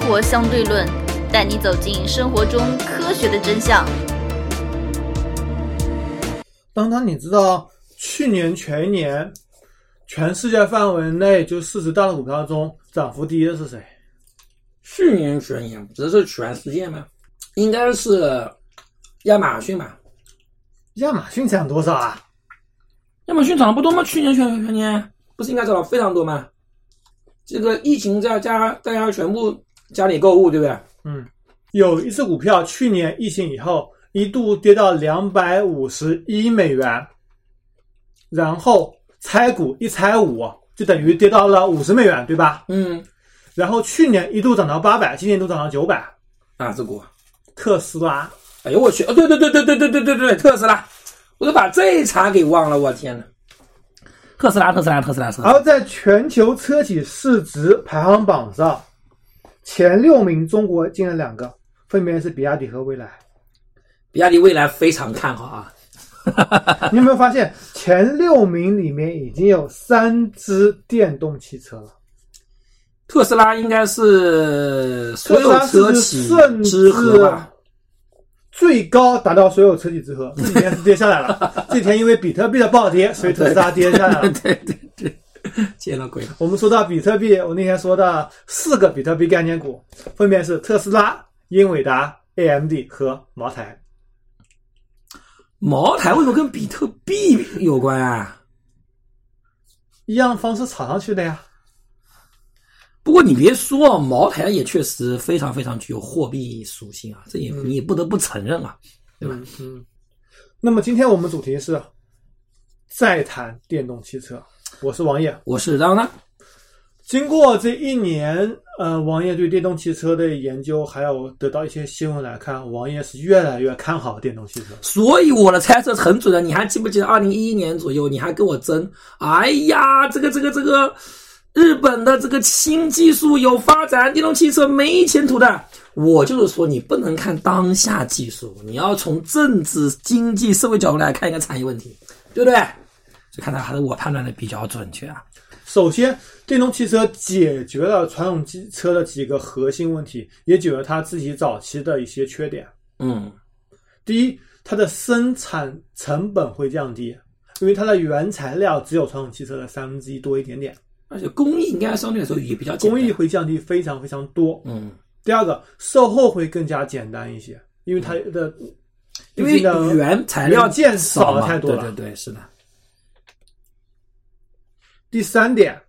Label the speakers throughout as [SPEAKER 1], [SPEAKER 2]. [SPEAKER 1] 活相对论》，带你走进生活中科学的真相。
[SPEAKER 2] 当当，你知道去年全年全世界范围内就市值大的股票中涨幅第一的是谁？
[SPEAKER 3] 去年全年不是是全世界吗？应该是亚马逊吧？
[SPEAKER 2] 亚马逊涨多少啊？
[SPEAKER 3] 亚马逊涨得不多吗？去年全全年不是应该涨了非常多吗？这个疫情在家大家全部家里购物，对不对？
[SPEAKER 2] 嗯，有一只股票去年疫情以后一度跌到两百五十一美元，然后拆股一拆五就等于跌到了五十美元，对吧？
[SPEAKER 3] 嗯，
[SPEAKER 2] 然后去年一度涨到八百，今年一度涨到九百。
[SPEAKER 3] 哪只股？
[SPEAKER 2] 特斯拉，
[SPEAKER 3] 哎呦我去！哦，对对对对对对对对对，特斯拉，我都把这一茬给忘了，我天呐！特斯拉，特斯拉，特斯拉，特斯拉。
[SPEAKER 2] 而在全球车企市值排行榜上，前六名中国进了两个，分别是比亚迪和蔚来。
[SPEAKER 3] 比亚迪未来非常看好啊，
[SPEAKER 2] 你有没有发现前六名里面已经有三只电动汽车了？
[SPEAKER 3] 特斯拉应该是所有
[SPEAKER 2] 特
[SPEAKER 3] 车企
[SPEAKER 2] 斯拉是
[SPEAKER 3] 之和吧？
[SPEAKER 2] 最高达到所有车企之和，这几天是跌下来了。这几天因为比特币的暴跌，所以特斯拉跌下来了。
[SPEAKER 3] 对对对，见了鬼了！
[SPEAKER 2] 我们说到比特币，我那天说的四个比特币概念股，分别是特斯拉、英伟达、AMD 和茅台。
[SPEAKER 3] 茅台为什么跟比特币有关啊？
[SPEAKER 2] 一样方式炒上去的呀。
[SPEAKER 3] 不过你别说，啊茅台也确实非常非常具有货币属性啊，这也
[SPEAKER 2] 嗯
[SPEAKER 3] 你也不得不承认啊。对吧
[SPEAKER 2] 嗯嗯。那么今天我们主题是再谈电动汽车。我是王爷。
[SPEAKER 3] 我是当当，
[SPEAKER 2] 经过这一年，呃，王爷对电动汽车的研究，还有得到一些新闻来看，王爷是越来越看好电动汽车。
[SPEAKER 3] 所以我的猜测很准的。你还记不记得二零一一年左右，你还跟我争？哎呀，这个这个这个，日本的这个新技术有发展，电动汽车没前途的。我就是说，你不能看当下技术，你要从政治、经济、社会角度来看一个产业问题，对不对？所以看来还是我判断的比较准确啊。
[SPEAKER 2] 首先，电动汽车解决了传统汽车的几个核心问题，也解决了它自己早期的一些缺点。
[SPEAKER 3] 嗯，
[SPEAKER 2] 第一，它的生产成本会降低，因为它的原材料只有传统汽车的三分之一多一点点，
[SPEAKER 3] 而且工艺应该相对来说也比较简单
[SPEAKER 2] 工艺，会降低非常非常多。
[SPEAKER 3] 嗯，
[SPEAKER 2] 第二个，售后会更加简单一些，因为它的
[SPEAKER 3] 嗯因为
[SPEAKER 2] 毕竟呢
[SPEAKER 3] 原材料
[SPEAKER 2] 元件
[SPEAKER 3] 少
[SPEAKER 2] 少了
[SPEAKER 3] 嘛
[SPEAKER 2] 太多了
[SPEAKER 3] 对对对，是的。
[SPEAKER 2] 第三点，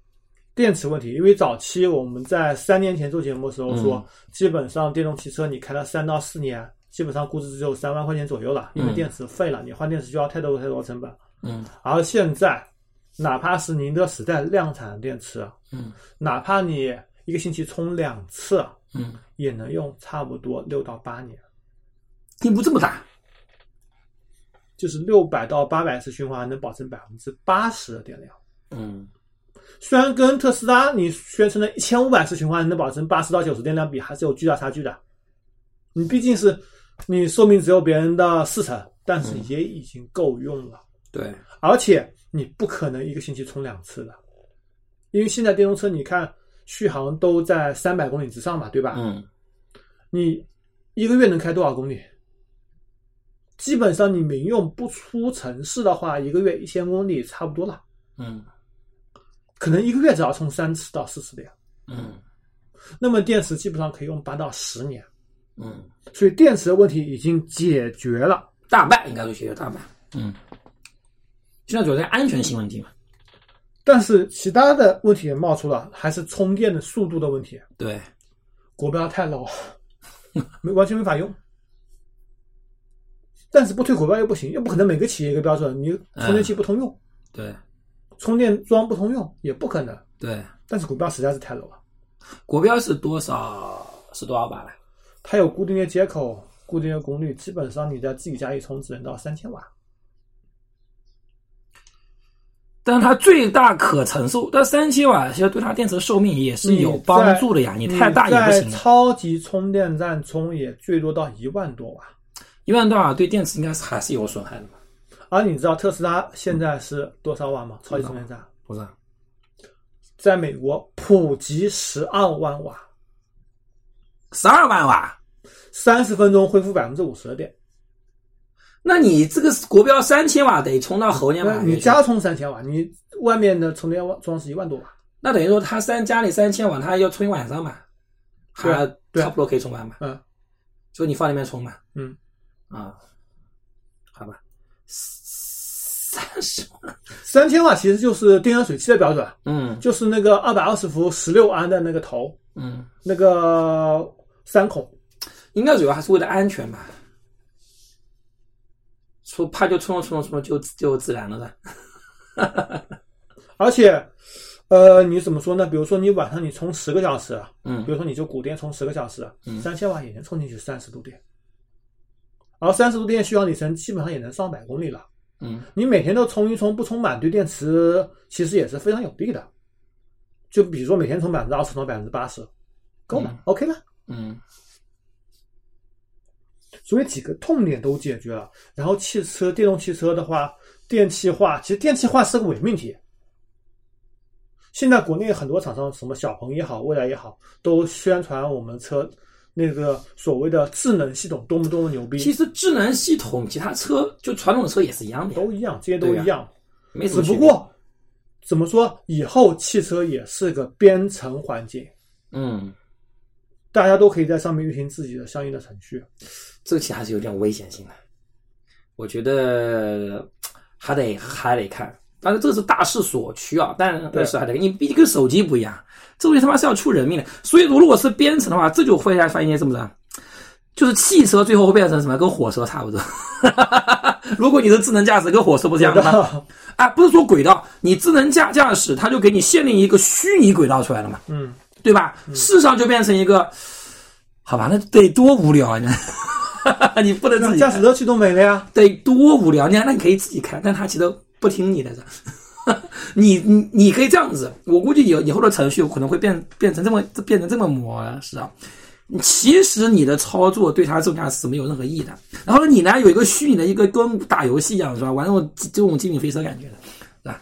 [SPEAKER 2] 电池问题，因为早期我们在三年前做节目的时候说，
[SPEAKER 3] 嗯
[SPEAKER 2] 基本上电动汽车你开了三到四年，基本上估值只有三万块钱左右了，因为
[SPEAKER 3] 嗯
[SPEAKER 2] 电池废了，你换电池就要太多太多成本。
[SPEAKER 3] 嗯
[SPEAKER 2] 而现在，哪怕是宁德时代量产的电池，
[SPEAKER 3] 嗯
[SPEAKER 2] 哪怕你一个星期充两次，
[SPEAKER 3] 嗯，
[SPEAKER 2] 也能用差不多六到八年，
[SPEAKER 3] 进步这么大，
[SPEAKER 2] 就是六百到八百次循环能保证百分之八十的电量。
[SPEAKER 3] 嗯，
[SPEAKER 2] 虽然跟特斯拉你宣称的一千五百次循环能保证八十到九十电量比，还是有巨大差距的。你毕竟是你寿命只有别人的四成，但是也已经够用了。
[SPEAKER 3] 对，
[SPEAKER 2] 而且你不可能一个星期充两次的，因为现在电动车你看续航都在三百公里之上嘛，对吧？
[SPEAKER 3] 嗯，
[SPEAKER 2] 你一个月能开多少公里？基本上你民用不出城市的话，一个月一千公里差不多了，
[SPEAKER 3] 嗯
[SPEAKER 2] 可能一个月只要充三次到四次的呀。
[SPEAKER 3] 嗯
[SPEAKER 2] 那么电池基本上可以用八到十年，
[SPEAKER 3] 嗯，
[SPEAKER 2] 所以电池的问题已经解决了。
[SPEAKER 3] 大半应该都解决大半。嗯，现在主要在安全性问题嘛。
[SPEAKER 2] 但是其他的问题也冒出了，还是充电的速度的问题，
[SPEAKER 3] 对，
[SPEAKER 2] 国标太 low，了没完全没法用。但是不推国标又不行，又不可能每个企业一个标准，你充电器不通用，
[SPEAKER 3] 对，
[SPEAKER 2] 充电桩不通用也不可能。
[SPEAKER 3] 对，
[SPEAKER 2] 但是国标实在是太 low 了，
[SPEAKER 3] 国标是多少？是多少瓦了？
[SPEAKER 2] 它有固定的接口、固定的功率，基本上你在自己家里充只能到三千瓦。
[SPEAKER 3] 但它最大可承受，但三千瓦其实对它电池寿命也是有帮助的呀。你太大也不
[SPEAKER 2] 你在
[SPEAKER 3] 行啊，
[SPEAKER 2] 超级充电站充也最多到一万多瓦，
[SPEAKER 3] 一万多瓦对电池应该是还是有损害的嘛？
[SPEAKER 2] 而你知道特斯拉现在是多少瓦吗？超级充电站
[SPEAKER 3] 不是啊，
[SPEAKER 2] 在美国普及十二万瓦，
[SPEAKER 3] 十二万瓦，
[SPEAKER 2] 三十分钟恢复百分之五十的电，
[SPEAKER 3] 那你这个国标三千瓦得充到猴年马
[SPEAKER 2] 那
[SPEAKER 3] 月去，
[SPEAKER 2] 你家充三千瓦，你外面的充电桩是一万多瓦，
[SPEAKER 3] 那等于说他三家里三千瓦，他要充一晚上嘛，
[SPEAKER 2] 对
[SPEAKER 3] 他
[SPEAKER 2] 啊对啊
[SPEAKER 3] 差不多可以充完嘛，
[SPEAKER 2] 嗯，
[SPEAKER 3] 就你放那边充嘛，
[SPEAKER 2] 嗯，
[SPEAKER 3] 啊，好吧，三十万，
[SPEAKER 2] 三千瓦其实就是电热水器的标准，
[SPEAKER 3] 嗯
[SPEAKER 2] 就是那个二百二十伏十六安的那个头，
[SPEAKER 3] 嗯，
[SPEAKER 2] 那个三孔，
[SPEAKER 3] 应该主要还是为了安全吧，说怕就冲着冲着冲着就就自燃了的，
[SPEAKER 2] 而且，呃，你怎么说呢？比如说你晚上你充十个小时，啊
[SPEAKER 3] 嗯
[SPEAKER 2] 比如说你就骨电充十个小时啊
[SPEAKER 3] 嗯，
[SPEAKER 2] 三千瓦也能充进去三十度电，而三十度电续航里程基本上也能上百公里了。
[SPEAKER 3] 嗯
[SPEAKER 2] 你每天都充一充，不充满对电池其实也是非常有利的。就比如说每天充百分之二十到百分之八十，够了、
[SPEAKER 3] 嗯
[SPEAKER 2] o k 了。
[SPEAKER 3] 嗯
[SPEAKER 2] 所以几个痛点都解决了。然后汽车电动汽车的话，电气化其实电气化是个伪命题。现在国内很多厂商，什么小鹏也好，蔚来也好，都宣传我们车那个所谓的智能系统多么多么牛
[SPEAKER 3] 其
[SPEAKER 2] 逼，
[SPEAKER 3] 实智能系统其他车就传统的车也是一样的呀，
[SPEAKER 2] 都一样，这些都
[SPEAKER 3] 对呀哎
[SPEAKER 2] 一样。
[SPEAKER 3] 没什
[SPEAKER 2] 只
[SPEAKER 3] 么
[SPEAKER 2] 不
[SPEAKER 3] 区别
[SPEAKER 2] 过怎么说，以后汽车也是个编程环节，
[SPEAKER 3] 嗯，
[SPEAKER 2] 大家都可以在上面运行自己的相应的程序。
[SPEAKER 3] 这个其实还是有点危险性的，我觉得呃还得还得看。当然，这是大势所趋啊，但
[SPEAKER 2] 对
[SPEAKER 3] 是还得你毕竟跟手机不一样，这东西他妈是要出人命的。所以，如果是编程的话，这就会发现这么的，就是汽车最后会变成什么，跟火车差不多。 如果你是智能驾驶，跟火车不是一样的吗？啊，不是说轨道，你智能驾驾驶，它就给你限定一个虚拟轨道出来了嘛，
[SPEAKER 2] 嗯，
[SPEAKER 3] 对吧？事实上就变成一个，好吧，那得多无聊啊！ 你你不能自
[SPEAKER 2] 那
[SPEAKER 3] 己
[SPEAKER 2] 驾驶
[SPEAKER 3] 看
[SPEAKER 2] 乐趣都没了呀。
[SPEAKER 3] 得多无聊，你看，那你可以自己看，但他其实不听你的。 你你你可以这样子，我估计以以后的程序可能会变变成这么变成这么模式啊。其实你的操作对它重驾驶是没有任何意义的。然后呢，你呢有一个虚拟的一个跟打游戏一样是吧？玩那种这种鸡鸣飞车感觉的，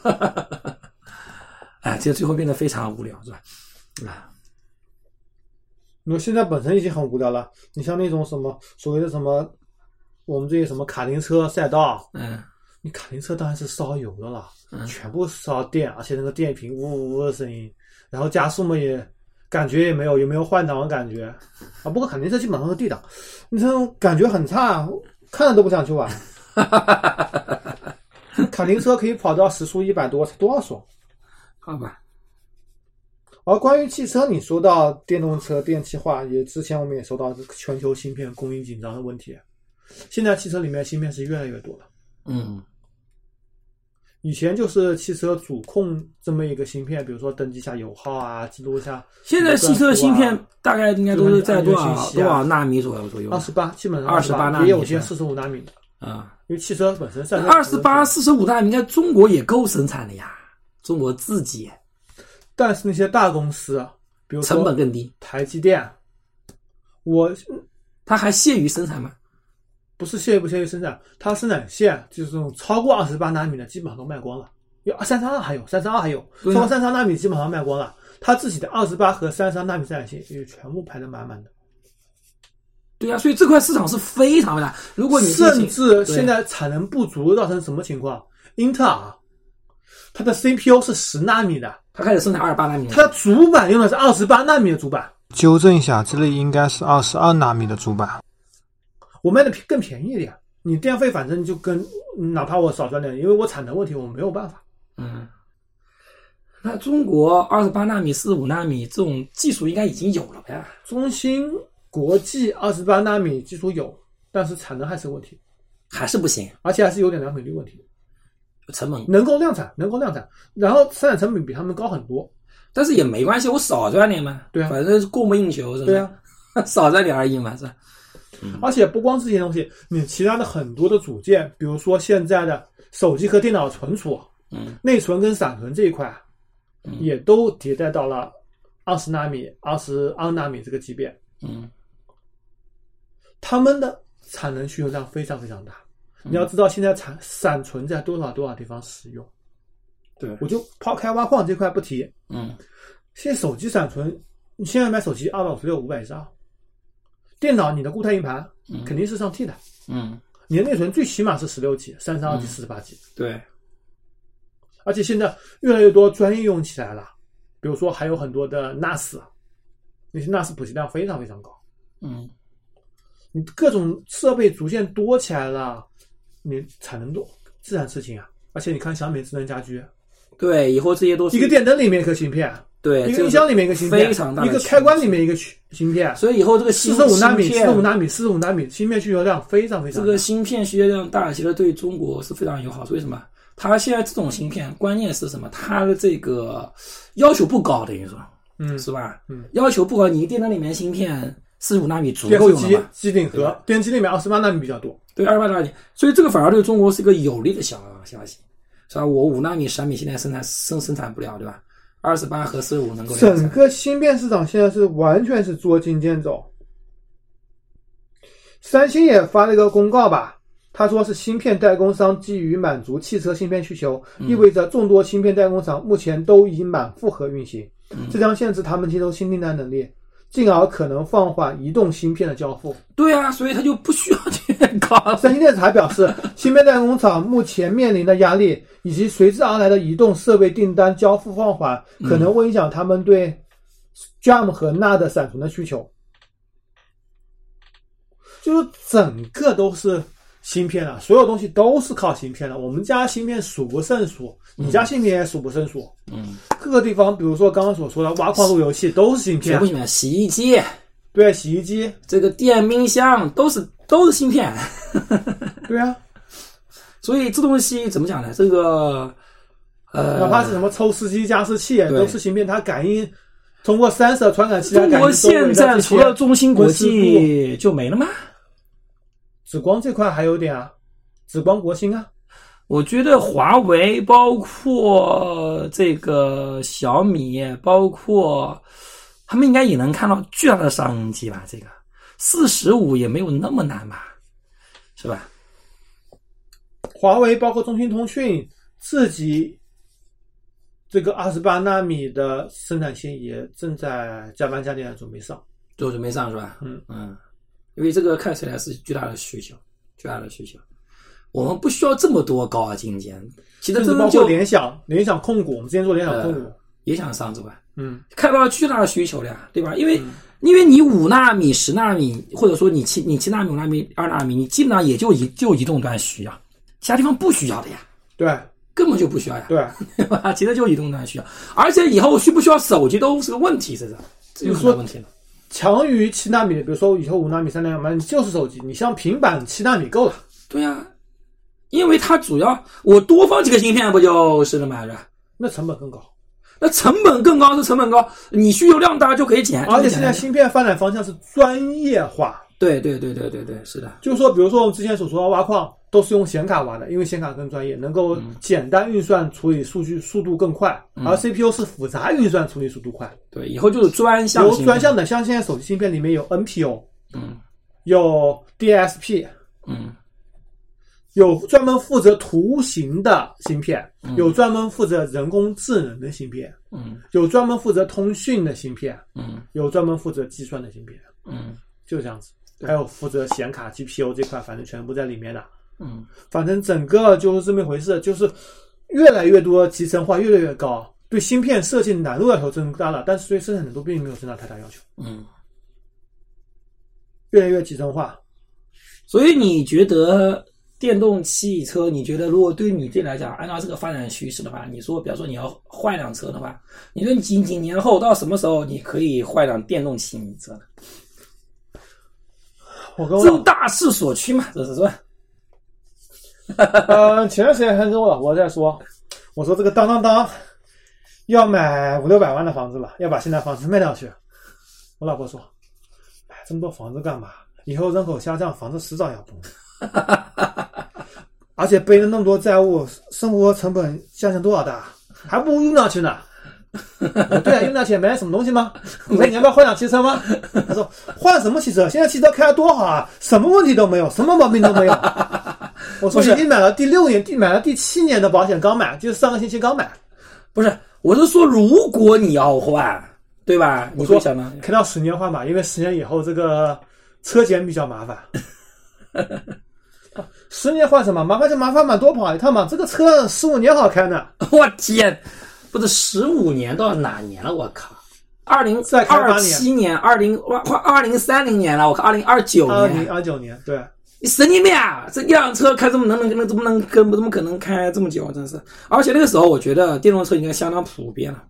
[SPEAKER 3] 是吧？ 哎，这最后变得非常无聊是吧？啊，
[SPEAKER 2] 你说现在本身已经很无聊了，你像那种什么所谓的什么，我们这些什么卡丁车赛道，
[SPEAKER 3] 嗯
[SPEAKER 2] 你卡丁车当然是烧油的了，
[SPEAKER 3] 嗯
[SPEAKER 2] 全部烧电，而且那个电瓶呜呜呜的声音，然后加速嘛也感觉也没有，也没有换挡的感觉啊。不过卡丁车基本上是 D 档，你这种感觉很差，看着都不想去玩。卡丁车可以跑到时速一百多，多少爽！
[SPEAKER 3] 好吧，
[SPEAKER 2] 而关于汽车，你说到电动车电气化，也之前我们也说到全球芯片供应紧张的问题。现在汽车里面芯片是越来越多了，
[SPEAKER 3] 嗯
[SPEAKER 2] 以前就是汽车主控这么一个芯片，比如说登记一下油耗啊，记录一下
[SPEAKER 3] 现在汽车的芯片大概应该都是在
[SPEAKER 2] 啊
[SPEAKER 3] 多
[SPEAKER 2] 就
[SPEAKER 3] 少
[SPEAKER 2] 是安全信息
[SPEAKER 3] 多
[SPEAKER 2] 啊
[SPEAKER 3] 少纳米左右左右
[SPEAKER 2] 二
[SPEAKER 3] 啊
[SPEAKER 2] 十八，基本上
[SPEAKER 3] 28纳米
[SPEAKER 2] 也有些
[SPEAKER 3] 是
[SPEAKER 2] 四十五纳米的，
[SPEAKER 3] 啊？
[SPEAKER 2] 因为汽车本身散热
[SPEAKER 3] 二十
[SPEAKER 2] 嗯
[SPEAKER 3] 八、，四十五纳米，应该中国也够生产的呀，中国自己
[SPEAKER 2] 但是那些大公司，啊比如
[SPEAKER 3] 成
[SPEAKER 2] 说
[SPEAKER 3] 本更低，
[SPEAKER 2] 台积电，我
[SPEAKER 3] 它还屑于生产吗？
[SPEAKER 2] 不是屑不屑于生产，它生产线就是这种超过二十八纳米的，基本上都卖光了。有三三二还有，三三二还有，超
[SPEAKER 3] 对啊
[SPEAKER 2] 过三三纳米基本上卖光了。它自己的二十八和三三纳米生产线也全部排得满满的，
[SPEAKER 3] 对呀、所以这块市场是非常大。如果你进行
[SPEAKER 2] 甚至
[SPEAKER 3] 对
[SPEAKER 2] 现在产能不足造成什么情况？英特尔，它的 CPU 是十纳米的，
[SPEAKER 3] 它开始生产二十八纳米了，
[SPEAKER 2] 它的主板用的是二十八纳米的主板，
[SPEAKER 4] 纠正一下，这里应该是二十二纳米的主板。
[SPEAKER 2] 我卖的更便宜一点。你电费反正就跟哪怕我少赚点，因为我产能问题，我没有办法。
[SPEAKER 3] 嗯，那中国二十八纳米、四十五纳米这种技术应该已经有了呀。
[SPEAKER 2] 中芯国际二十八纳米技术有，但是产能还是问题，
[SPEAKER 3] 还是不行，
[SPEAKER 2] 而且还是有点良品率问题。
[SPEAKER 3] 成本，
[SPEAKER 2] 能够量产，能够量产，然后生产成本比他们高很多。
[SPEAKER 3] 但是也没关系，我少赚点嘛，
[SPEAKER 2] 对啊
[SPEAKER 3] 反正供不应求，是吧？
[SPEAKER 2] 对啊，
[SPEAKER 3] 少赚点而已嘛，是吧？
[SPEAKER 2] 而且不光这些东西，你其他的很多的组件，比如说现在的手机和电脑存储、
[SPEAKER 3] 嗯
[SPEAKER 2] 内存跟闪存这一块，啊也都迭代到了二十纳米、二十二纳米这个级别。
[SPEAKER 3] 嗯
[SPEAKER 2] 他们的产能需求量非常非常大。你要知道，现在产闪存在多少多少地方使用。
[SPEAKER 3] 对
[SPEAKER 2] 我就抛开挖矿这块不提，
[SPEAKER 3] 嗯
[SPEAKER 2] 现在手机闪存你现在买手机二百五十六、五百以上，电脑你的固态硬盘肯定是上 T 的，
[SPEAKER 3] 嗯，
[SPEAKER 2] 你的内存最起码是十六 G、三十二 G、
[SPEAKER 3] 嗯
[SPEAKER 2] 四十八 G，
[SPEAKER 3] 对，
[SPEAKER 2] 而且现在越来越多专业用起来了，比如说还有很多的 NAS，那些 NAS 普及量非常非常高，
[SPEAKER 3] 嗯，
[SPEAKER 2] 你各种设备逐渐多起来了，你产能多自然事情啊。而且你看小米智能家居，
[SPEAKER 3] 对，以后这些都是
[SPEAKER 2] 一个电灯里面一颗芯片，
[SPEAKER 3] 对
[SPEAKER 2] 一个
[SPEAKER 3] 这个
[SPEAKER 2] 音箱里面一个芯片，
[SPEAKER 3] 非常大的
[SPEAKER 2] 一个
[SPEAKER 3] 区别
[SPEAKER 2] 开关里面一个芯芯片，
[SPEAKER 3] 所以以后这个
[SPEAKER 2] 四
[SPEAKER 3] 芯
[SPEAKER 2] 十五纳米、
[SPEAKER 3] 芯
[SPEAKER 2] 四
[SPEAKER 3] 片
[SPEAKER 2] 十五纳米、四十五纳米芯片需求量非常非
[SPEAKER 3] 这
[SPEAKER 2] 常大。
[SPEAKER 3] 个芯片需求量大，其实对中国是非常友好。为什么？它现在这种芯片，关键是什么？它的这个要求不高，等于说，
[SPEAKER 2] 嗯，
[SPEAKER 3] 是吧？
[SPEAKER 2] 嗯，
[SPEAKER 3] 要求不高，你一电脑里面芯片四十五纳米足
[SPEAKER 2] 电
[SPEAKER 3] 够
[SPEAKER 2] 视
[SPEAKER 3] 用
[SPEAKER 2] 机
[SPEAKER 3] 了吧？
[SPEAKER 2] 机顶
[SPEAKER 3] 对
[SPEAKER 2] 盒，电视机里面二十八纳米比较多。
[SPEAKER 3] 对，二八纳米，所以这个反而对中国是一个有利的消消息，是吧？我五纳米、十纳米现在生产生生产不了，对吧？二十八和四十五能够量
[SPEAKER 2] 整
[SPEAKER 3] 产，
[SPEAKER 2] 个芯片市场现在是完全是捉襟见肘。三星也发了一个公告吧，他说是芯片代工商基于满足汽车芯片需求，
[SPEAKER 3] 嗯
[SPEAKER 2] 意味着众多芯片代工厂目前都已满负荷运行，
[SPEAKER 3] 嗯
[SPEAKER 2] 这将限制他们接收新订单能力，进而可能放缓移动芯片的交付。
[SPEAKER 3] 对啊，所以它就不需要电高。
[SPEAKER 2] 三星电子还表示， 芯片代工厂目前面临的压力以及随之而来的移动设备订单交付放缓，可能会影响他们对 RAM 和 NAND 闪存的需求。就是整个都是芯片了，所有东西都是靠芯片了。我们家芯片数不胜数，你家芯片也数不胜数。
[SPEAKER 3] 嗯，
[SPEAKER 2] 各个地方，比如说刚刚所说的挖矿路由器，都是芯片啊
[SPEAKER 3] 全部。里面洗衣机、
[SPEAKER 2] 对，洗衣机，
[SPEAKER 3] 这个电冰箱都是都是芯片。
[SPEAKER 2] 对啊，
[SPEAKER 3] 所以这东西怎么讲呢？这个呃，
[SPEAKER 2] 哪怕是什么抽湿机、加湿器，啊
[SPEAKER 3] 对
[SPEAKER 2] 都是芯片，它感应通过 sensor 传感器来
[SPEAKER 3] 中
[SPEAKER 2] 感
[SPEAKER 3] 国
[SPEAKER 2] 应周围
[SPEAKER 3] 现
[SPEAKER 2] 的
[SPEAKER 3] 在
[SPEAKER 2] 这
[SPEAKER 3] 除
[SPEAKER 2] 些啊
[SPEAKER 3] 了中芯国
[SPEAKER 2] 温湿
[SPEAKER 3] 际就没了吗？
[SPEAKER 2] 紫光这块还有点啊，紫光国芯啊，
[SPEAKER 3] 我觉得华为，包括这个小米，包括他们应该也能看到巨大的商机吧？这个四十五也没有那么难吧？是吧？
[SPEAKER 2] 华为包括中兴通讯自己这个二十八纳米的生产线也正在加班加点准备上。
[SPEAKER 3] 就准备上是吧？
[SPEAKER 2] 嗯
[SPEAKER 3] 嗯，因为这个看起来是巨大的需求，巨大的需求。我们不需要这么多高压精尖，其实
[SPEAKER 2] 甚
[SPEAKER 3] 真
[SPEAKER 2] 至
[SPEAKER 3] 的
[SPEAKER 2] 包
[SPEAKER 3] 就呃
[SPEAKER 2] 括联想，联想控股，我们之前做联想控股，
[SPEAKER 3] 也想上是吧？
[SPEAKER 2] 嗯，
[SPEAKER 3] 看到巨大的需求了呀，对吧？因为、因为你五纳米、十纳米，或者说你七你七纳米、五纳米、二纳米，你基本上也就移就移动端需要，其他地方不需要的呀，
[SPEAKER 2] 对
[SPEAKER 3] 根本就不需要呀，
[SPEAKER 2] 对。
[SPEAKER 3] 对吧？其实就移动端需要，而且以后需不需要手机都是个问题，这是这就是个问题了。
[SPEAKER 2] 强于七纳米的，比如说以后五纳米、三纳米，你就是手机，你像平板七纳米够了。
[SPEAKER 3] 对呀、因为它主要我多放几个芯片不就是了嘛，是吧？
[SPEAKER 2] 那成本更高，
[SPEAKER 3] 那成本更高是成本高，你需求量大就可以减，
[SPEAKER 2] 而且
[SPEAKER 3] 就
[SPEAKER 2] 现
[SPEAKER 3] 是
[SPEAKER 2] 在
[SPEAKER 3] 减
[SPEAKER 2] 芯片发展方向是专业化，
[SPEAKER 3] 对对对对对对，是的，
[SPEAKER 2] 就是说，比如说我们之前所说的挖矿都是用显卡挖的，因为显卡更专业，能够
[SPEAKER 3] 嗯
[SPEAKER 2] 简单运算处理数据速度更快，而 CPU 是复杂运算处理速度快。
[SPEAKER 3] 对，以后就是专项
[SPEAKER 2] 有
[SPEAKER 3] 芯片
[SPEAKER 2] 专项的，像现在手机芯片里面有 NPU，
[SPEAKER 3] 嗯
[SPEAKER 2] 有 DSP，
[SPEAKER 3] 嗯
[SPEAKER 2] 有专门负责图形的芯片，有专门负责人工智能的芯片，
[SPEAKER 3] 嗯
[SPEAKER 2] 有专门负责通讯的芯片，
[SPEAKER 3] 嗯
[SPEAKER 2] 有专门负责计算的芯片，
[SPEAKER 3] 嗯
[SPEAKER 2] 就这样子。还有负责显卡、GPU 这块，反正全部在里面的。
[SPEAKER 3] 嗯。
[SPEAKER 2] 反正整个就是这么一回事，就是越来越多集成化越来越高，对芯片设计难度要求增加了，但是对生产难度并没有增加太大要求。
[SPEAKER 3] 嗯，
[SPEAKER 2] 越来越集成化，
[SPEAKER 3] 所以你觉得电动汽车？你觉得如果对你这来讲，按照这个发展趋势的话，你说，比方说你要换一辆车的话，你说你几几年后到什么时候你可以换一辆电动汽车呢？
[SPEAKER 2] 我跟我
[SPEAKER 3] 这
[SPEAKER 2] 老
[SPEAKER 3] 大势所趋嘛，这是是吧？
[SPEAKER 2] 呃前段时间还跟我老婆在说，我说这个当当当要买五六百万的房子了，要把现在房子卖掉去。我老婆说，买这么多房子干嘛？以后人口下降，房子迟早要崩。而且背了那么多债务，生活成本下降多少大，还不如用上去呢。我对啊，用那钱买点什么东西吗？我说你要不要换辆汽车吗？他说换什么汽车？现在汽车开的多好啊，什么问题都没有，什么毛病都没有。我说
[SPEAKER 3] 不
[SPEAKER 2] 你
[SPEAKER 3] 是
[SPEAKER 2] 已经买了第六年，第买了第七年的保险，刚买，就是上个星期刚买。
[SPEAKER 3] 不是，我是说，如果你要换，对吧？你
[SPEAKER 2] 我
[SPEAKER 3] 会
[SPEAKER 2] 说
[SPEAKER 3] 想到
[SPEAKER 2] 开到十年换吧，因为十年以后这个车检比较麻 烦。十年换什么？麻烦就麻烦嘛，多跑一趟嘛。这个车十五年好开呢，
[SPEAKER 3] 我天，不是十五年到哪年了？我靠，二零
[SPEAKER 2] 再开八
[SPEAKER 3] 二
[SPEAKER 2] 年
[SPEAKER 3] 七年，二零快二零三零年了，我靠，二零二九
[SPEAKER 2] 二零
[SPEAKER 3] 年，
[SPEAKER 2] 二九年，对，
[SPEAKER 3] 你神经病啊！这一辆车开这么能能能怎么能跟怎么可能开这么久？真是，而且那个时候我觉得电动车应该相当普遍了。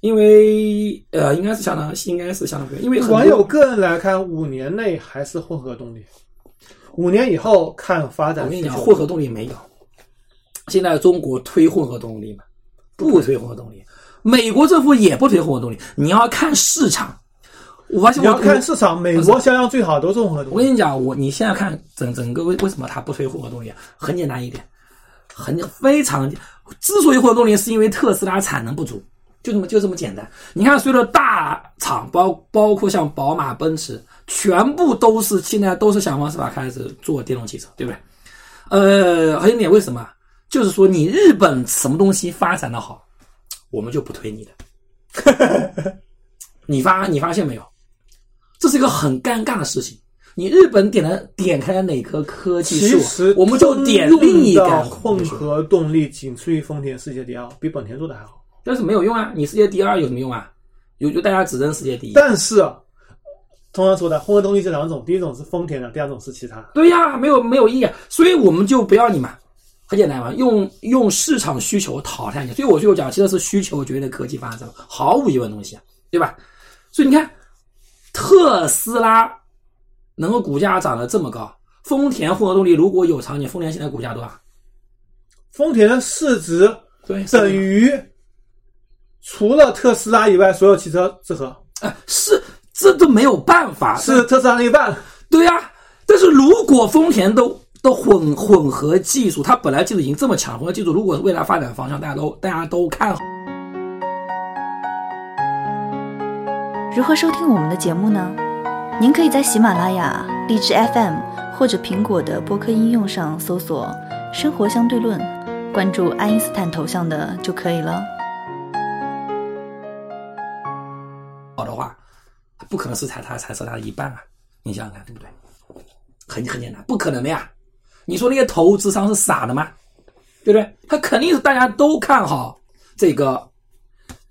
[SPEAKER 3] 因为呃，应该是相当，应该是相当普遍。因为很多
[SPEAKER 2] 网友个人来看，五年内还是混合动力，五年以后看发
[SPEAKER 3] 我
[SPEAKER 2] 展
[SPEAKER 3] 跟你
[SPEAKER 2] 需
[SPEAKER 3] 讲，
[SPEAKER 2] 求。
[SPEAKER 3] 混合动力没有。现在中国推混合动力嘛，不推混合动力。美国政府也不推混合动力，你要看市场。我发现
[SPEAKER 2] 你
[SPEAKER 3] 我
[SPEAKER 2] 要看市场，美国销量最好都是混合
[SPEAKER 3] 我
[SPEAKER 2] 动力。
[SPEAKER 3] 跟你讲，我你现在看整整个为为什么它不推混合动力啊？很简单一点，很非常，之所以混合动力，是因为特斯拉产能不足，就这么就这么简单。你看，所有的大厂包包括像宝马、奔驰，全部都是现在都是想方设法开始做电动汽车，对不对？呃，还有一点为什么？就是说你日本什么东西发展的好，我们就不推你的。 你发你发现没有？这是一个很尴尬的事情。你日本点了点开了哪棵科技
[SPEAKER 2] 其实
[SPEAKER 3] 树，我们就点另一
[SPEAKER 2] 个
[SPEAKER 3] 个
[SPEAKER 2] 混合动力，仅次于丰田世界第二，比本田做的还好。
[SPEAKER 3] 但是没有用啊！你世界第二有什么用啊？有就大家只认世界第一。
[SPEAKER 2] 但是，啊通常说的混合动力就两种，第一种是丰田的，第二种是其他。
[SPEAKER 3] 对呀、没有没有意义啊，所以我们就不要你嘛，很简单嘛，用用市场需求淘汰你。所以我就讲，其实是需求决定了科技发展，毫无疑问的东西啊，对吧？所以你看，特斯拉能够股价涨得这么高，丰田混合动力如果有场景，丰田现在股价多少？
[SPEAKER 2] 丰田的市值
[SPEAKER 3] 对，是的
[SPEAKER 2] 等于除了特斯拉以外所有汽车之和，
[SPEAKER 3] 哎是这都没有办法，
[SPEAKER 2] 是特斯拉的一半。
[SPEAKER 3] 对呀、但是如果丰田都都混混合技术，它本来技术已经这么强，混合技术如果未来发展方向，大家都大家都看好。
[SPEAKER 1] 如何收听我们的节目呢？您可以在喜马拉雅、荔枝 FM 或者苹果的播客应用上搜索“生活相对论”，关注爱因斯坦头像的就可以了。
[SPEAKER 3] 好的话，它不可能是才它才是它的一半啊！你想想看，对不对？很很简单，不可能的呀！你说那些投资商是傻的吗？对不对？他肯定是大家都看好这个，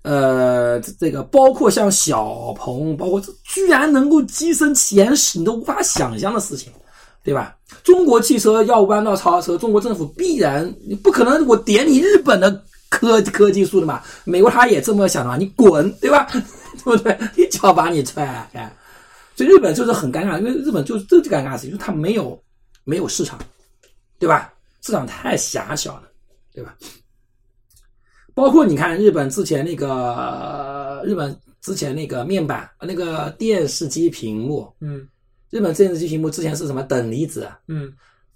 [SPEAKER 3] 呃，这这个包括像小鹏，包括这居然能够跻身前十，你都无法想象的事情，对吧？中国汽车要弯道超车，中国政府必然你不可能我点你日本的科 科技树的嘛，美国他也这么想的嘛，你滚，对吧？ 对不对？一脚把你踹开。所以日本就是很尴尬，因为日本就是这就尴尬的事情，就是它没有没有市场，对吧？市场太狭小了，对吧？包括你看日本之前那个日本之前那个面板呃那个电视机屏幕，
[SPEAKER 2] 嗯
[SPEAKER 3] 日本电视机屏幕之前是什么等离子，啊
[SPEAKER 2] 嗯，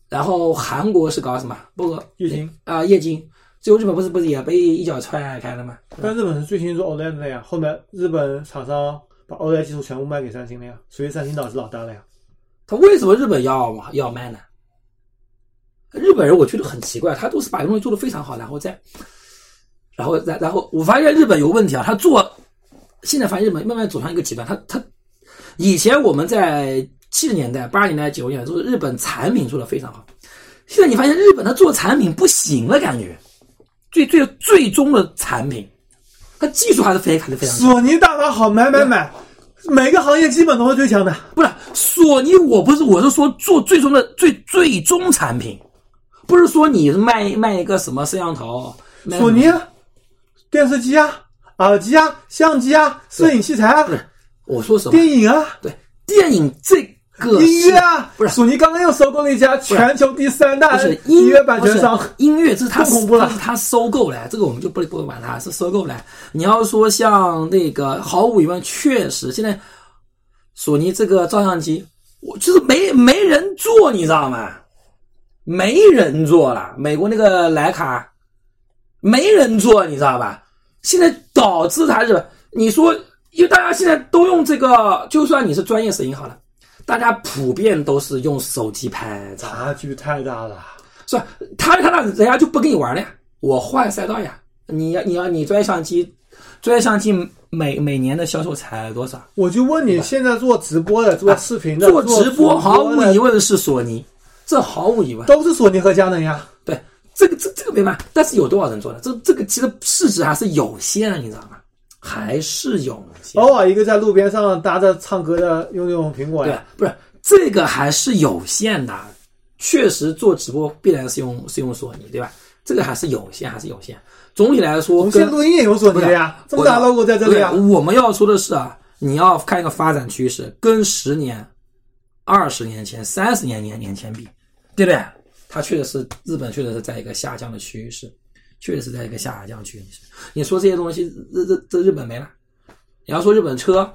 [SPEAKER 3] 然后韩国是搞什么？不过
[SPEAKER 2] 液晶
[SPEAKER 3] 啊、液晶，最后日本不是不是也被一脚踹开了吗？
[SPEAKER 2] 但日本是最新做 OLED 的呀，后面日本厂商把 OLED 技术全部卖给三星了呀，所以三星导致老大了呀。
[SPEAKER 3] 他为什么日本要要卖呢？日本人我觉得很奇怪，他都是把东西做的非常好，然后再，然后然然后我发现日本有问题啊，他做现在发现日本慢慢走向一个极端，他他以前我们在七十年代、八十年代、九十年代都是日本产品做的非常好，现在你发现日本他做产品不行了，感觉最最最终的产品，他技术还是非还是非常强。
[SPEAKER 2] 索尼大法好，买买买，
[SPEAKER 3] 嗯
[SPEAKER 2] 每个行业基本都是最强的。
[SPEAKER 3] 不是索尼，我不是，我是说做最终的最最终产品，不是说你卖卖一个什么摄像头，卖
[SPEAKER 2] 索尼啊，电视机啊，耳机啊，相机啊，摄影器材啊
[SPEAKER 3] 不，是我说什么
[SPEAKER 2] 电影啊，
[SPEAKER 3] 对电影这个是
[SPEAKER 2] 音乐啊，
[SPEAKER 3] 不是
[SPEAKER 2] 索尼刚刚又收购了一家全球第三大
[SPEAKER 3] 不是
[SPEAKER 2] 音
[SPEAKER 3] 音
[SPEAKER 2] 乐版权商
[SPEAKER 3] 不是，音乐这是他
[SPEAKER 2] 更恐怖了
[SPEAKER 3] 这是他收购来，这个我们就不不管他是收购来。你要说像那个，毫无疑问，确实现在索尼这个照相机，我就是没没人做，你知道吗？没人做了，美国那个徕卡没人做，你知道吧？现在导致它是，你说，因为大家现在都用这个，就算你是专业摄影好了，大家普遍都是用手机拍照。
[SPEAKER 2] 差距太大了。
[SPEAKER 3] 是吧他他那人家就不跟你玩了呀，我换赛道呀，你要你要你专业相机专业相机每每年的销售才多少？
[SPEAKER 2] 我就问你，现在做直播的、做视频的、
[SPEAKER 3] 做直播毫无疑
[SPEAKER 2] 问
[SPEAKER 3] 问是索尼，这毫无疑问。
[SPEAKER 2] 都是索尼和佳能呀。
[SPEAKER 3] 对，这个这这个没办法，但是有多少人做的？这这个其实市值还是有限的，你知道吗？还是有限。
[SPEAKER 2] 偶尔一个在路边上搭着唱歌的，用用苹果
[SPEAKER 3] 对
[SPEAKER 2] 呀。，
[SPEAKER 3] 不是这个还是有限的，确实做直播必然是用是用索尼，对吧？这个还是有限，还是有限。总体来说，
[SPEAKER 2] 我们
[SPEAKER 3] 跟
[SPEAKER 2] 现在录音也用索尼的呀，这么大 logo 在这里啊呀
[SPEAKER 3] 对。啊我们要说的是啊，你要看一个发展趋势，跟十年、二十年前、三十年年年前比，对不对？它确实是日本，确实是在一个下降的趋势，确实是在一个下降趋势。你说这些东西，日日这日本没了。你要说日本车，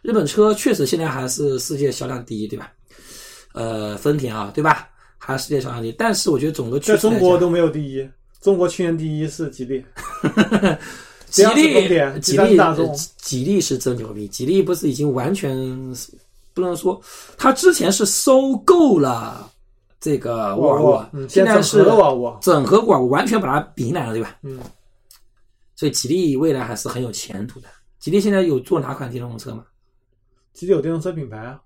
[SPEAKER 3] 日本车确实现在还是世界销量第一，对吧？呃，丰田啊，对吧？还是世界销量第一，但是我觉得总的趋
[SPEAKER 2] 在
[SPEAKER 3] 势来讲
[SPEAKER 2] 中国都没有第一，中国去年第一是吉利，
[SPEAKER 3] 吉
[SPEAKER 2] 不要
[SPEAKER 3] 利
[SPEAKER 2] 是重点
[SPEAKER 3] 吉
[SPEAKER 2] 鸡蛋是
[SPEAKER 3] 利呃
[SPEAKER 2] 大众
[SPEAKER 3] 吉吉利是真牛逼，吉利不是已经完全呃不能说，它之前是收购了这个沃尔沃，
[SPEAKER 2] 嗯，现
[SPEAKER 3] 现在
[SPEAKER 2] 在
[SPEAKER 3] 是
[SPEAKER 2] 是沃尔沃，
[SPEAKER 3] 整合沃尔沃，完全把它比来了，对吧？
[SPEAKER 2] 嗯，
[SPEAKER 3] 所以吉利未来还是很有前途的。吉利现在有做哪款电动车吗？
[SPEAKER 2] 吉利有电动车品牌啊。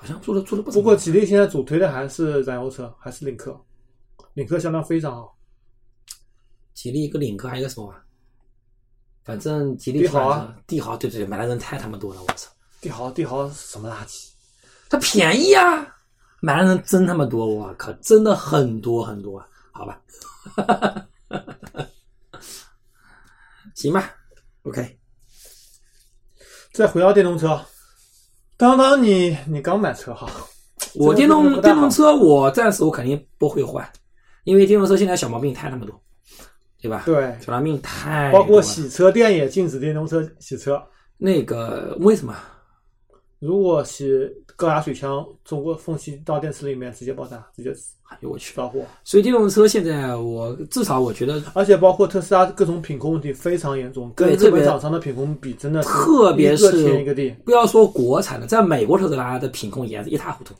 [SPEAKER 3] 好像做的做的不怎
[SPEAKER 2] 不
[SPEAKER 3] 么
[SPEAKER 2] 过
[SPEAKER 3] 样
[SPEAKER 2] 吉利现在主推的还是燃油车，还是领克，领克销量非常好，
[SPEAKER 3] 吉利一个领克还有一个什么玩意儿？反正吉利
[SPEAKER 2] 帝豪啊
[SPEAKER 3] 出来的，帝豪对对对，买的人太他妈多了，我操！
[SPEAKER 2] 帝豪帝豪什么垃圾？
[SPEAKER 3] 它便宜啊，买的人真他妈多，我靠，真的很多很多，好吧，行吧，OK，
[SPEAKER 2] 再回到电动车，当当你你刚买车哈，
[SPEAKER 3] 我电
[SPEAKER 2] 这个
[SPEAKER 3] 动
[SPEAKER 2] 不大
[SPEAKER 3] 电
[SPEAKER 2] 好
[SPEAKER 3] 动车我暂时我肯定不会换，因为电动车现在小毛病太他妈多，对吧？
[SPEAKER 2] 对，
[SPEAKER 3] 小毛病太多
[SPEAKER 2] 包
[SPEAKER 3] 了
[SPEAKER 2] 括洗车店也禁止电动车洗车，
[SPEAKER 3] 那个为什么？
[SPEAKER 2] 如果洗高压水枪通过缝隙到电池里面直接爆炸，直接
[SPEAKER 3] 哎呦我去！
[SPEAKER 2] 着火，
[SPEAKER 3] 所以电动车现在我至少我觉得
[SPEAKER 2] 而且包括特斯拉各种品控问题非常严重，跟
[SPEAKER 3] 对
[SPEAKER 2] 日
[SPEAKER 3] 特别
[SPEAKER 2] 本厂商的品控比真的是
[SPEAKER 3] 特别
[SPEAKER 2] 一个
[SPEAKER 3] 是
[SPEAKER 2] 天一个地。
[SPEAKER 3] 不要说国产的，在美国特斯拉的品控也是一塌糊涂。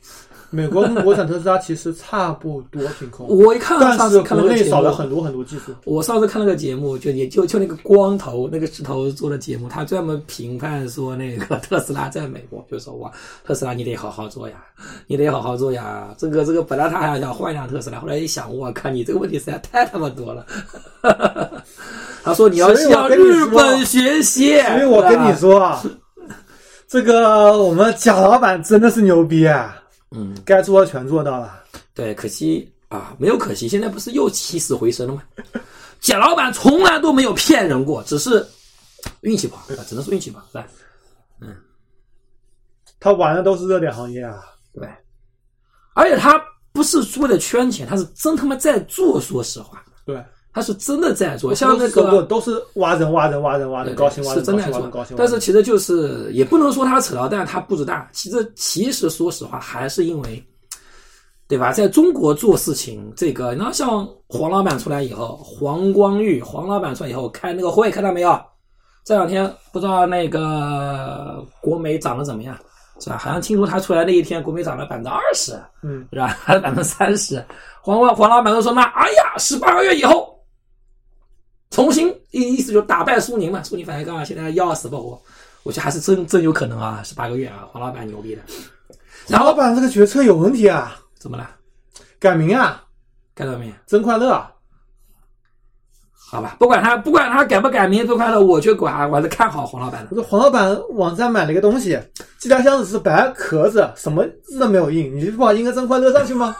[SPEAKER 2] 美国跟国产特斯拉其实差不多品控，
[SPEAKER 3] 我一 看上
[SPEAKER 2] 但
[SPEAKER 3] 次
[SPEAKER 2] 是
[SPEAKER 3] 看
[SPEAKER 2] 国
[SPEAKER 3] 了个
[SPEAKER 2] 内
[SPEAKER 3] 节目，
[SPEAKER 2] 少了很多很多技术。
[SPEAKER 3] 我上次看了个节目，就也就就那个光头那个石头做的节目，他专门评判说那个 特斯拉在美国，就说哇，特斯拉你得好好做呀，你得好好做呀。这个这个本来他还想换一辆特斯拉，后来一想，我靠，你这个问题实在太他妈多了。 他说你要
[SPEAKER 2] 所以我
[SPEAKER 3] 向
[SPEAKER 2] 跟你
[SPEAKER 3] 日
[SPEAKER 2] 说
[SPEAKER 3] 本学习，
[SPEAKER 2] 所以我跟你说啊，这个我们贾老板真的是牛逼啊，
[SPEAKER 3] 嗯，
[SPEAKER 2] 该做的全做到了。
[SPEAKER 3] 对，可惜啊，没有可惜，现在不是又起死回生了吗？贾老板从来都没有骗人过，只是运气不好，啊只能说运气不好，对吧？
[SPEAKER 2] 他玩的都是热点行业啊，
[SPEAKER 3] 对，而且他不是为了圈钱，他是真他妈在做，说实话，
[SPEAKER 2] 对，
[SPEAKER 3] 他是真的在做，像那
[SPEAKER 2] 都是说过
[SPEAKER 3] 个。
[SPEAKER 2] 都是挖人挖人挖人挖人，高兴挖
[SPEAKER 3] 是
[SPEAKER 2] 人
[SPEAKER 3] 真
[SPEAKER 2] 高
[SPEAKER 3] 在
[SPEAKER 2] 兴挖
[SPEAKER 3] 做
[SPEAKER 2] 人高兴挖人，，
[SPEAKER 3] 但是其实就是也不能说他扯到蛋，他步子大。其实其实说实话，还是因为，对吧？在中国做事情，这个你要像黄老板出来以后，黄光裕黄老板出来以后开那个会，看到没有？这两天不知道那个国美涨得怎么样，是吧？好像听说他出来那一天，国美涨了百分之二十，
[SPEAKER 2] 嗯，
[SPEAKER 3] 是吧？还是百分之三十？黄老黄老板都说那，哎呀，十八个月以后重新意意思就打败苏宁嘛，苏宁反正刚好现在要死不活，我觉得还是真真有可能啊，十八个月啊，黄老板牛逼的。然
[SPEAKER 2] 老
[SPEAKER 3] 后
[SPEAKER 2] 板这个决策有问题啊，
[SPEAKER 3] 怎么了？
[SPEAKER 2] 改名啊，
[SPEAKER 3] 看到没有？
[SPEAKER 2] 真快乐啊，
[SPEAKER 3] 好吧，不管他不管他改不改名不快乐，我觉得管我还是看好黄老板的
[SPEAKER 2] 我。说黄老板网站买了一个东西，寄条箱子是白壳子，什么字都没有印，你就不好印个真快乐上去吗？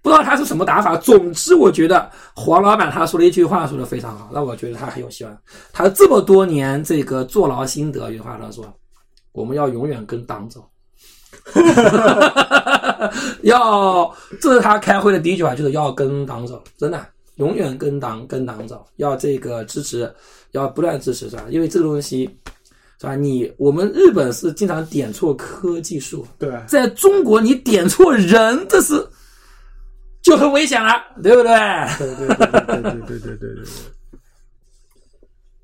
[SPEAKER 3] 不知道他是什么打法。总之，我觉得黄老板他说了一句话说的非常好，让我觉得他很有希望。他这么多年这个坐牢心得，有句话他说：“我们要永远跟党走。”要，这是他开会的第一句话，就是要跟党走，真的，永远跟党跟党走，要这个支持，要不断支持，是吧？因为这个东西，是吧？你我们日本是经常点错科技树，
[SPEAKER 2] 对，
[SPEAKER 3] 在中国你点错人，这是就很危险了，对不对？
[SPEAKER 2] 对对对对对对对对对。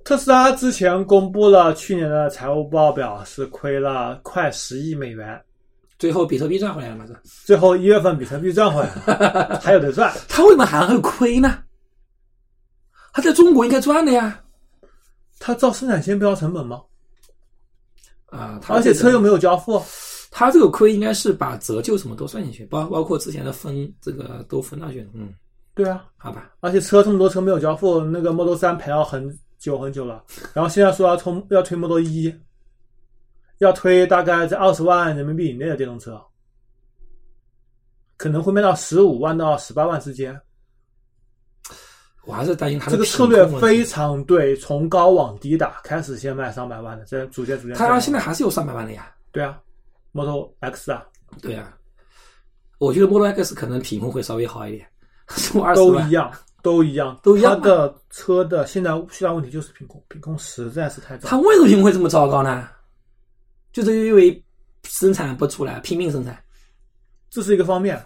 [SPEAKER 2] 特斯拉之前公布了去年的财务报表是亏了快十亿美元，
[SPEAKER 3] 最后比特币赚回来了嘛？是吧？
[SPEAKER 2] 最后一月份比特币赚回来了，还有的赚。
[SPEAKER 3] 他为什么还会亏呢？他在中国应该赚的呀，
[SPEAKER 2] 它照生产线标成本吗？
[SPEAKER 3] 啊，它
[SPEAKER 2] 而且
[SPEAKER 3] 这个
[SPEAKER 2] 车又没有交付，
[SPEAKER 3] 它这个亏应该是把折旧什么都算进去，包包括之前的分这个都分上去了。嗯，
[SPEAKER 2] 对啊，
[SPEAKER 3] 好吧，
[SPEAKER 2] 而且车这么多车没有交付，那个 Model 三赔了很久很久了，然后现在说要冲要推 Model 一，要推大概在二十万人民币以内的电动车，可能会卖到十五万到十八万之间。
[SPEAKER 3] 我还是担心它
[SPEAKER 2] 这
[SPEAKER 3] 的
[SPEAKER 2] 个策
[SPEAKER 3] 品控
[SPEAKER 2] 略
[SPEAKER 3] 问题
[SPEAKER 2] 非常对，从高往低打，开始先卖上百万的，再逐渐逐渐上百
[SPEAKER 3] 它
[SPEAKER 2] 万。
[SPEAKER 3] 现在还是有三百万的呀。
[SPEAKER 2] 对啊，Model X 啊，
[SPEAKER 3] 对呀，我觉得 Model X 可能品控会稍微好一点， 是我二十
[SPEAKER 2] 都一
[SPEAKER 3] 万。
[SPEAKER 2] 样，都一样，
[SPEAKER 3] 都一样吗
[SPEAKER 2] 它的车的现在最大问题就是品控，品控实在是太糟
[SPEAKER 3] 它。为什么品控会这么糟糕呢？就是因为生产不出来，拼命生产。
[SPEAKER 2] 这是一个方面，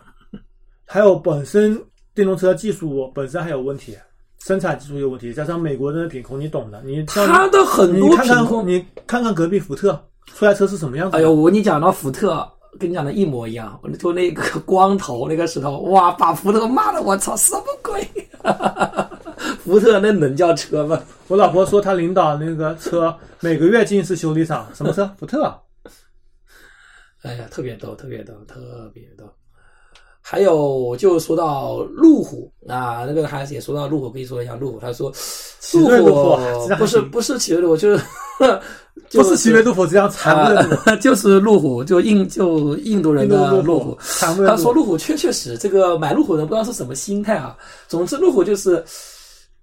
[SPEAKER 2] 还有本身电动车技术本身还有问题，生产技术有问题，加上美国人的品控，你懂的。你像
[SPEAKER 3] 它的很
[SPEAKER 2] 你
[SPEAKER 3] 多
[SPEAKER 2] 看
[SPEAKER 3] 品控
[SPEAKER 2] 看，你看看隔壁福特出来车是什么样子的？
[SPEAKER 3] 哎呦，我跟你讲到福特，跟你讲的一模一样。我就那个 光头那个石头，哇，把福特骂的我操，什么鬼？ 福特那能叫车吗？
[SPEAKER 2] 我老婆说她领导那个车每个月进一次修理厂，什么车？福特啊。
[SPEAKER 3] 哎呀，特别逗，特别逗，特别逗。还有就说到路虎啊，那个还是也说到路虎，可以说一下路虎。他 说，
[SPEAKER 2] 奇瑞路虎
[SPEAKER 3] 虎不是不是奇瑞路虎，就是
[SPEAKER 2] 不
[SPEAKER 3] 就是
[SPEAKER 2] 奇瑞路虎这样惨不忍睹，
[SPEAKER 3] 啊， 就是路虎，就印就印度人
[SPEAKER 2] 印度
[SPEAKER 3] 的
[SPEAKER 2] 路
[SPEAKER 3] 呃路
[SPEAKER 2] 虎
[SPEAKER 3] 虎。
[SPEAKER 2] 惨不忍
[SPEAKER 3] 他
[SPEAKER 2] 睹。
[SPEAKER 3] 说路虎确确实，这个买路虎的人不知道是什么心态啊。总之，路虎就是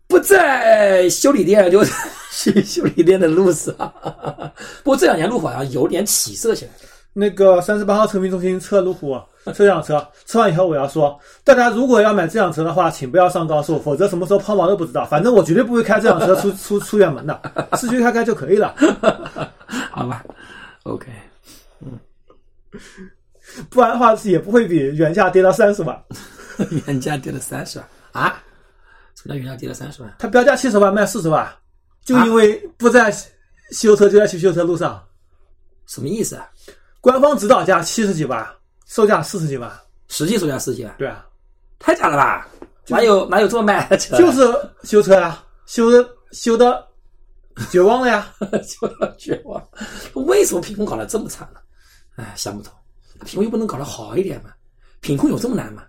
[SPEAKER 3] 不在修理店，就 去修理店的路上。不过这两年路虎好像有点起色起来。
[SPEAKER 2] 那个三十八号车迷中心测路虎这辆车，测完以后我要说，大家如果要买这辆车的话，请不要上高速，否则什么时候抛锚都不知道。反正我绝对不会开这辆车出 出出远门的，市区开开就可以了。
[SPEAKER 3] 好吧，OK，
[SPEAKER 2] 不然的话也不会比原价跌到三十万。
[SPEAKER 3] 原价跌了三十万啊？什么叫原价跌了三十万？
[SPEAKER 2] 它标价七十万卖四十万，就
[SPEAKER 3] 啊
[SPEAKER 2] 因为不在修车就在去修车路上，
[SPEAKER 3] 什么意思啊？
[SPEAKER 2] 官方指导价七十几万，售价四十几万，
[SPEAKER 3] 实际售价四十几万，
[SPEAKER 2] 对啊，
[SPEAKER 3] 太假了吧？哪有哪有这么卖的车？
[SPEAKER 2] 就是修车啊，修修的绝望了呀。
[SPEAKER 3] 就要绝望。为什么品控搞得这么惨呢？哎，想不通，品控又不能搞得好一点吗？品控有这么难吗？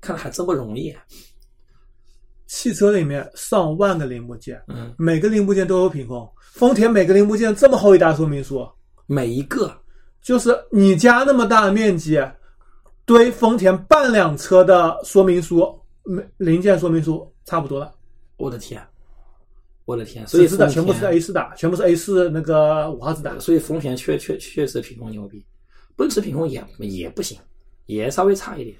[SPEAKER 3] 看来还真不容易、啊。
[SPEAKER 2] 汽车里面上万个零部件，
[SPEAKER 3] 嗯，
[SPEAKER 2] 每个零部件都有品控。丰田每个零部件这么厚一沓说明书，
[SPEAKER 3] 每一个
[SPEAKER 2] 就是你家那么大的面积，堆丰田半辆车的说明书，每零件说明书差不多了。
[SPEAKER 3] 我的天，我的天，所
[SPEAKER 2] 纸
[SPEAKER 3] 以
[SPEAKER 2] 质的
[SPEAKER 3] 丰
[SPEAKER 2] 全部是
[SPEAKER 3] 田啊
[SPEAKER 2] A 四的，全部是 A 四那个五号纸的。
[SPEAKER 3] 所以丰田确确确实品控牛逼，奔驰品控也也不行，也稍微差一点，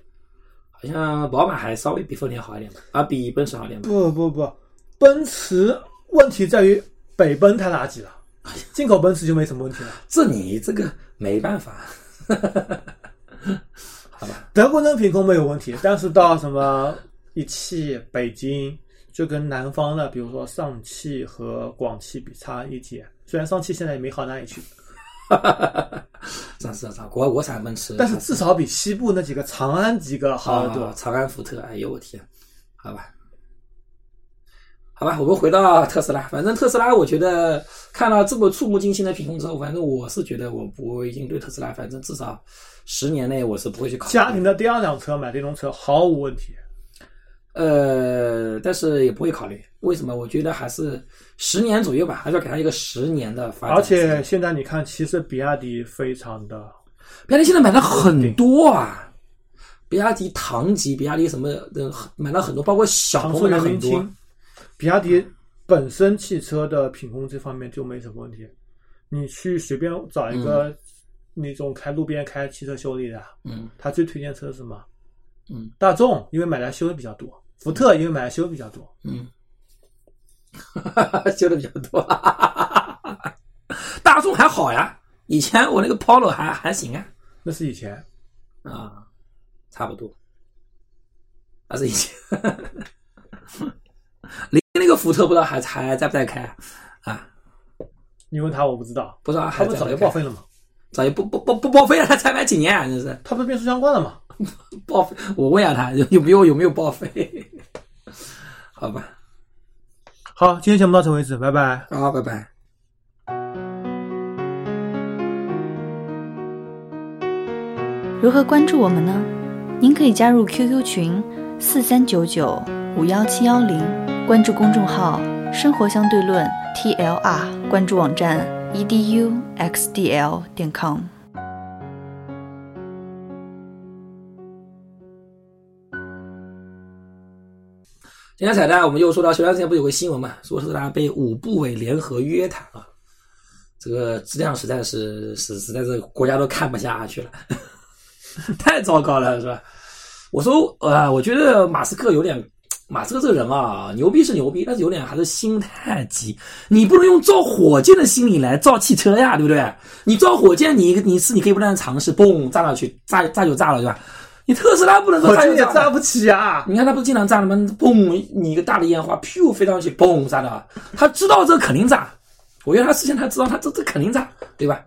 [SPEAKER 3] 好像宝马还稍微比丰田好一点吧，啊，比奔驰好一点吧。
[SPEAKER 2] 不不不，奔驰问题在于北奔太垃圾了，进口奔驰就没什么问题了。
[SPEAKER 3] 这你这个没办法，
[SPEAKER 2] 德国人品控没有问题，但是到什么一汽、北京，就跟南方的，比如说上汽和广汽比差一截。虽然上汽现在也没好哪里去，
[SPEAKER 3] 上市上国国产奔驰，
[SPEAKER 2] 但是至少比西部那几个长安几个好得多。
[SPEAKER 3] 长安福特，哎呦我天，好吧，好吧，我们回到特斯拉。反正特斯拉，我觉得看到这么触目惊心的品控之后，反正我是觉得我不会应对特斯拉，反正至少十年内我是不会去考虑。
[SPEAKER 2] 家庭的第二辆车买电动车毫无问题，
[SPEAKER 3] 呃，但是也不会考虑。为什么？我觉得还是十年左右吧，还是要给他一个十年的发展。
[SPEAKER 2] 而且，现在你看，其实比亚迪非常的，
[SPEAKER 3] 比亚迪现在买了很多啊。比亚迪唐吉、比亚迪什么的买了很多，包括小
[SPEAKER 2] 常
[SPEAKER 3] 鹏
[SPEAKER 2] 说
[SPEAKER 3] 买了
[SPEAKER 2] 原
[SPEAKER 3] 很
[SPEAKER 2] 因
[SPEAKER 3] 多。
[SPEAKER 2] 轻，比亚迪本身汽车的品控这方面就没什么问题。你去随便找一个那种开路边开汽车修理的，
[SPEAKER 3] 嗯
[SPEAKER 2] 他最推荐车是什么？
[SPEAKER 3] 嗯，
[SPEAKER 2] 大众，因为买来修的比较多；福特，因为买来修的比较多。
[SPEAKER 3] 嗯， 修的比较多， 大众还好呀。以前我那个 Polo 还还行啊，
[SPEAKER 2] 那是以前，
[SPEAKER 3] 啊，差不多。但是以前， 零那个福特不知道还还在不在开啊？
[SPEAKER 2] 你问他我不知道，
[SPEAKER 3] 不知道
[SPEAKER 2] 他
[SPEAKER 3] 还
[SPEAKER 2] 不
[SPEAKER 3] 在
[SPEAKER 2] 是早就
[SPEAKER 3] 不
[SPEAKER 2] 报
[SPEAKER 3] 在开？
[SPEAKER 2] 废了吗？
[SPEAKER 3] 早就不不不不报废了，他才买几年啊？真是
[SPEAKER 2] 他不是变速箱挂了吗？
[SPEAKER 3] 报 废！我问下他有有没有有没有报废？好吧，
[SPEAKER 2] 好，今天节目到此为止，拜拜。
[SPEAKER 3] 好，啊拜拜。
[SPEAKER 1] 如何关注我们呢？您可以加入 QQ 群四三九九五幺七幺零，关注公众号“生活相对论 ”TLR，关注网站 E eduxdl 点 com。
[SPEAKER 3] 今天彩蛋，我们又说到前段时间不是有个新闻嘛，说是他被五部委联合约谈啊，这个质量实在是实实在是国家都看不下去了， 太糟糕了，是吧？我说，呃，我觉得马斯克有点，马斯克这个人啊，牛逼是牛逼，但是有点还是心太急。你不能用造火箭的心理来造汽车呀，对不对？你造火箭，你你是你可以不断地尝试，嘣炸上去，炸炸就炸了，对吧？你特斯拉不能说
[SPEAKER 2] 哎我
[SPEAKER 3] 炸
[SPEAKER 2] 这
[SPEAKER 3] 就
[SPEAKER 2] 也
[SPEAKER 3] 炸了
[SPEAKER 2] 炸不起 啊！
[SPEAKER 3] 你看他不是经常炸了吗？嘣，你一个大的烟花，噗飞上去，嘣炸掉了。他知道这肯定炸，我觉得他事先他知道他这这肯定炸，对吧？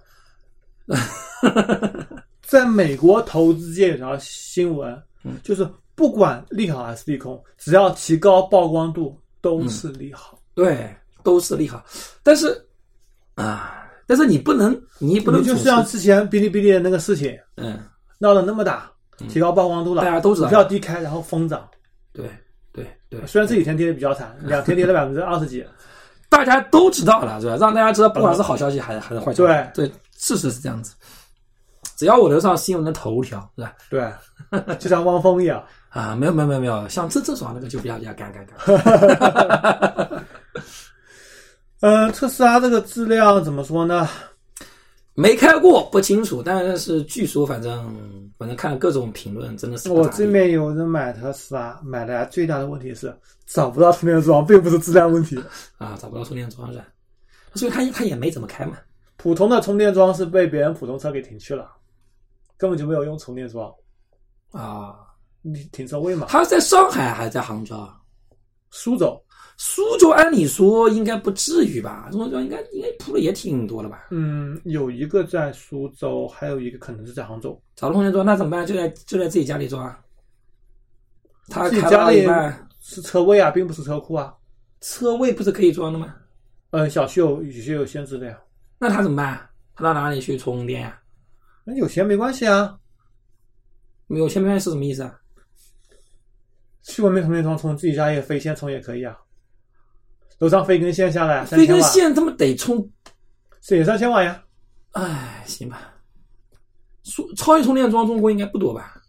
[SPEAKER 2] 在美国投资界有条新闻，
[SPEAKER 3] 嗯
[SPEAKER 2] 就是不管利好还是利空，只要提高曝光度都是利好。
[SPEAKER 3] 对，都是利好，但是啊，但是你不能，你不能
[SPEAKER 2] 你就
[SPEAKER 3] 总
[SPEAKER 2] 像之前哔哩哔哩的那个事情
[SPEAKER 3] 嗯，
[SPEAKER 2] 闹得那么大，提高曝光度了，
[SPEAKER 3] 大家都知啊
[SPEAKER 2] 股票
[SPEAKER 3] 道
[SPEAKER 2] 低开然后疯涨，
[SPEAKER 3] 对对对，
[SPEAKER 2] 虽然这几天跌的比较 惨，两天跌了百分之二十几，
[SPEAKER 3] 大家都知道了，是吧？让大家知道，不管是好消息还是还是坏消息，对，事实是这样子。只要我留上新闻的头条，是吧？
[SPEAKER 2] 对， 就像汪峰一样。
[SPEAKER 3] 啊，没有没有没有没有，像这这种啊那个就比较比较尴尬尴尬。
[SPEAKER 2] 呃，特斯拉这个质量怎么说呢？
[SPEAKER 3] 没开过不清楚，但是据说反正反正看各种评论，真的是不
[SPEAKER 2] 我
[SPEAKER 3] 咋地
[SPEAKER 2] 这边有人买特斯拉，买来最大的问题是找不到充电桩，并不是质量问题。
[SPEAKER 3] 啊找不到充电桩是吧，所以他也哎他也没怎么开嘛。
[SPEAKER 2] 普通的充电桩是被别人普通车给停去了，根本就没有用充电桩，
[SPEAKER 3] 啊，
[SPEAKER 2] 你停车位嘛。
[SPEAKER 3] 他在上海还是在杭州？啊？
[SPEAKER 2] 苏州，
[SPEAKER 3] 苏州按理说应该不至于吧？充电桩应该应该铺的也挺多了吧？
[SPEAKER 2] 嗯，有一个在苏州，还有一个可能是在杭州。
[SPEAKER 3] 找到充电桩那怎么办？就在就在自己家里装啊。他
[SPEAKER 2] 自己
[SPEAKER 3] 开
[SPEAKER 2] 家
[SPEAKER 3] 到
[SPEAKER 2] 里
[SPEAKER 3] 一半，
[SPEAKER 2] 是车位啊，并不是车库啊。
[SPEAKER 3] 车位不是可以装的吗？
[SPEAKER 2] 呃，小区有有些有限制的呀。
[SPEAKER 3] 那他怎么办？他到哪里去充电啊？
[SPEAKER 2] 那有钱没关系啊，
[SPEAKER 3] 没有，前面是什么意思啊？
[SPEAKER 2] 去外面充电桩充，自己家也飞线充也可以啊。楼上飞根线下来，啊三
[SPEAKER 3] 飞
[SPEAKER 2] 千
[SPEAKER 3] 根
[SPEAKER 2] 瓦，
[SPEAKER 3] 线他妈得充
[SPEAKER 2] 这也三千瓦呀。
[SPEAKER 3] 唉，行吧。充超级充电桩中国应该不多吧？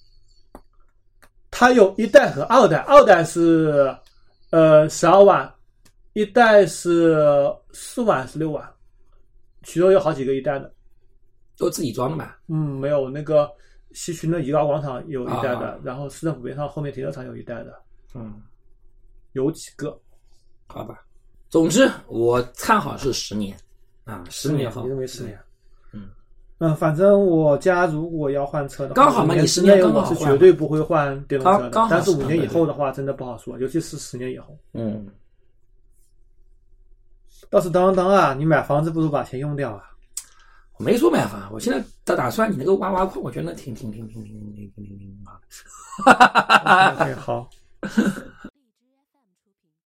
[SPEAKER 2] 它有一代和二代，二代是呃十二万，一代是四万十六万，衢州有好几个一代的，
[SPEAKER 3] 都自己装的吧？
[SPEAKER 2] 嗯，没有那个西区那怡高广场有一代的，
[SPEAKER 3] 啊
[SPEAKER 2] 然后市政府边上后面停车场有一代的，
[SPEAKER 3] 嗯，
[SPEAKER 2] 有几个
[SPEAKER 3] 好吧。总之，我看好是十年啊，十年后
[SPEAKER 2] 你认为十年？
[SPEAKER 3] 嗯
[SPEAKER 2] 嗯，反正我家如果要换车的话，
[SPEAKER 3] 刚好嘛
[SPEAKER 2] 五年
[SPEAKER 3] 你
[SPEAKER 2] 之
[SPEAKER 3] 十年
[SPEAKER 2] 内
[SPEAKER 3] 刚好
[SPEAKER 2] 我是
[SPEAKER 3] 换
[SPEAKER 2] 绝对不会换电动车的。
[SPEAKER 3] 刚刚好
[SPEAKER 2] 但是
[SPEAKER 3] 是
[SPEAKER 2] 五年
[SPEAKER 3] 对
[SPEAKER 2] 以后的话，真的不好说，尤其是十年以后。
[SPEAKER 3] 嗯，
[SPEAKER 2] 倒是当当啊，你买房子不如把钱用 掉啊。
[SPEAKER 3] 我没说买房，我现在打打算你那个挖挖矿，我觉得那挺挺挺挺挺挺挺挺挺好的。
[SPEAKER 2] OK，好。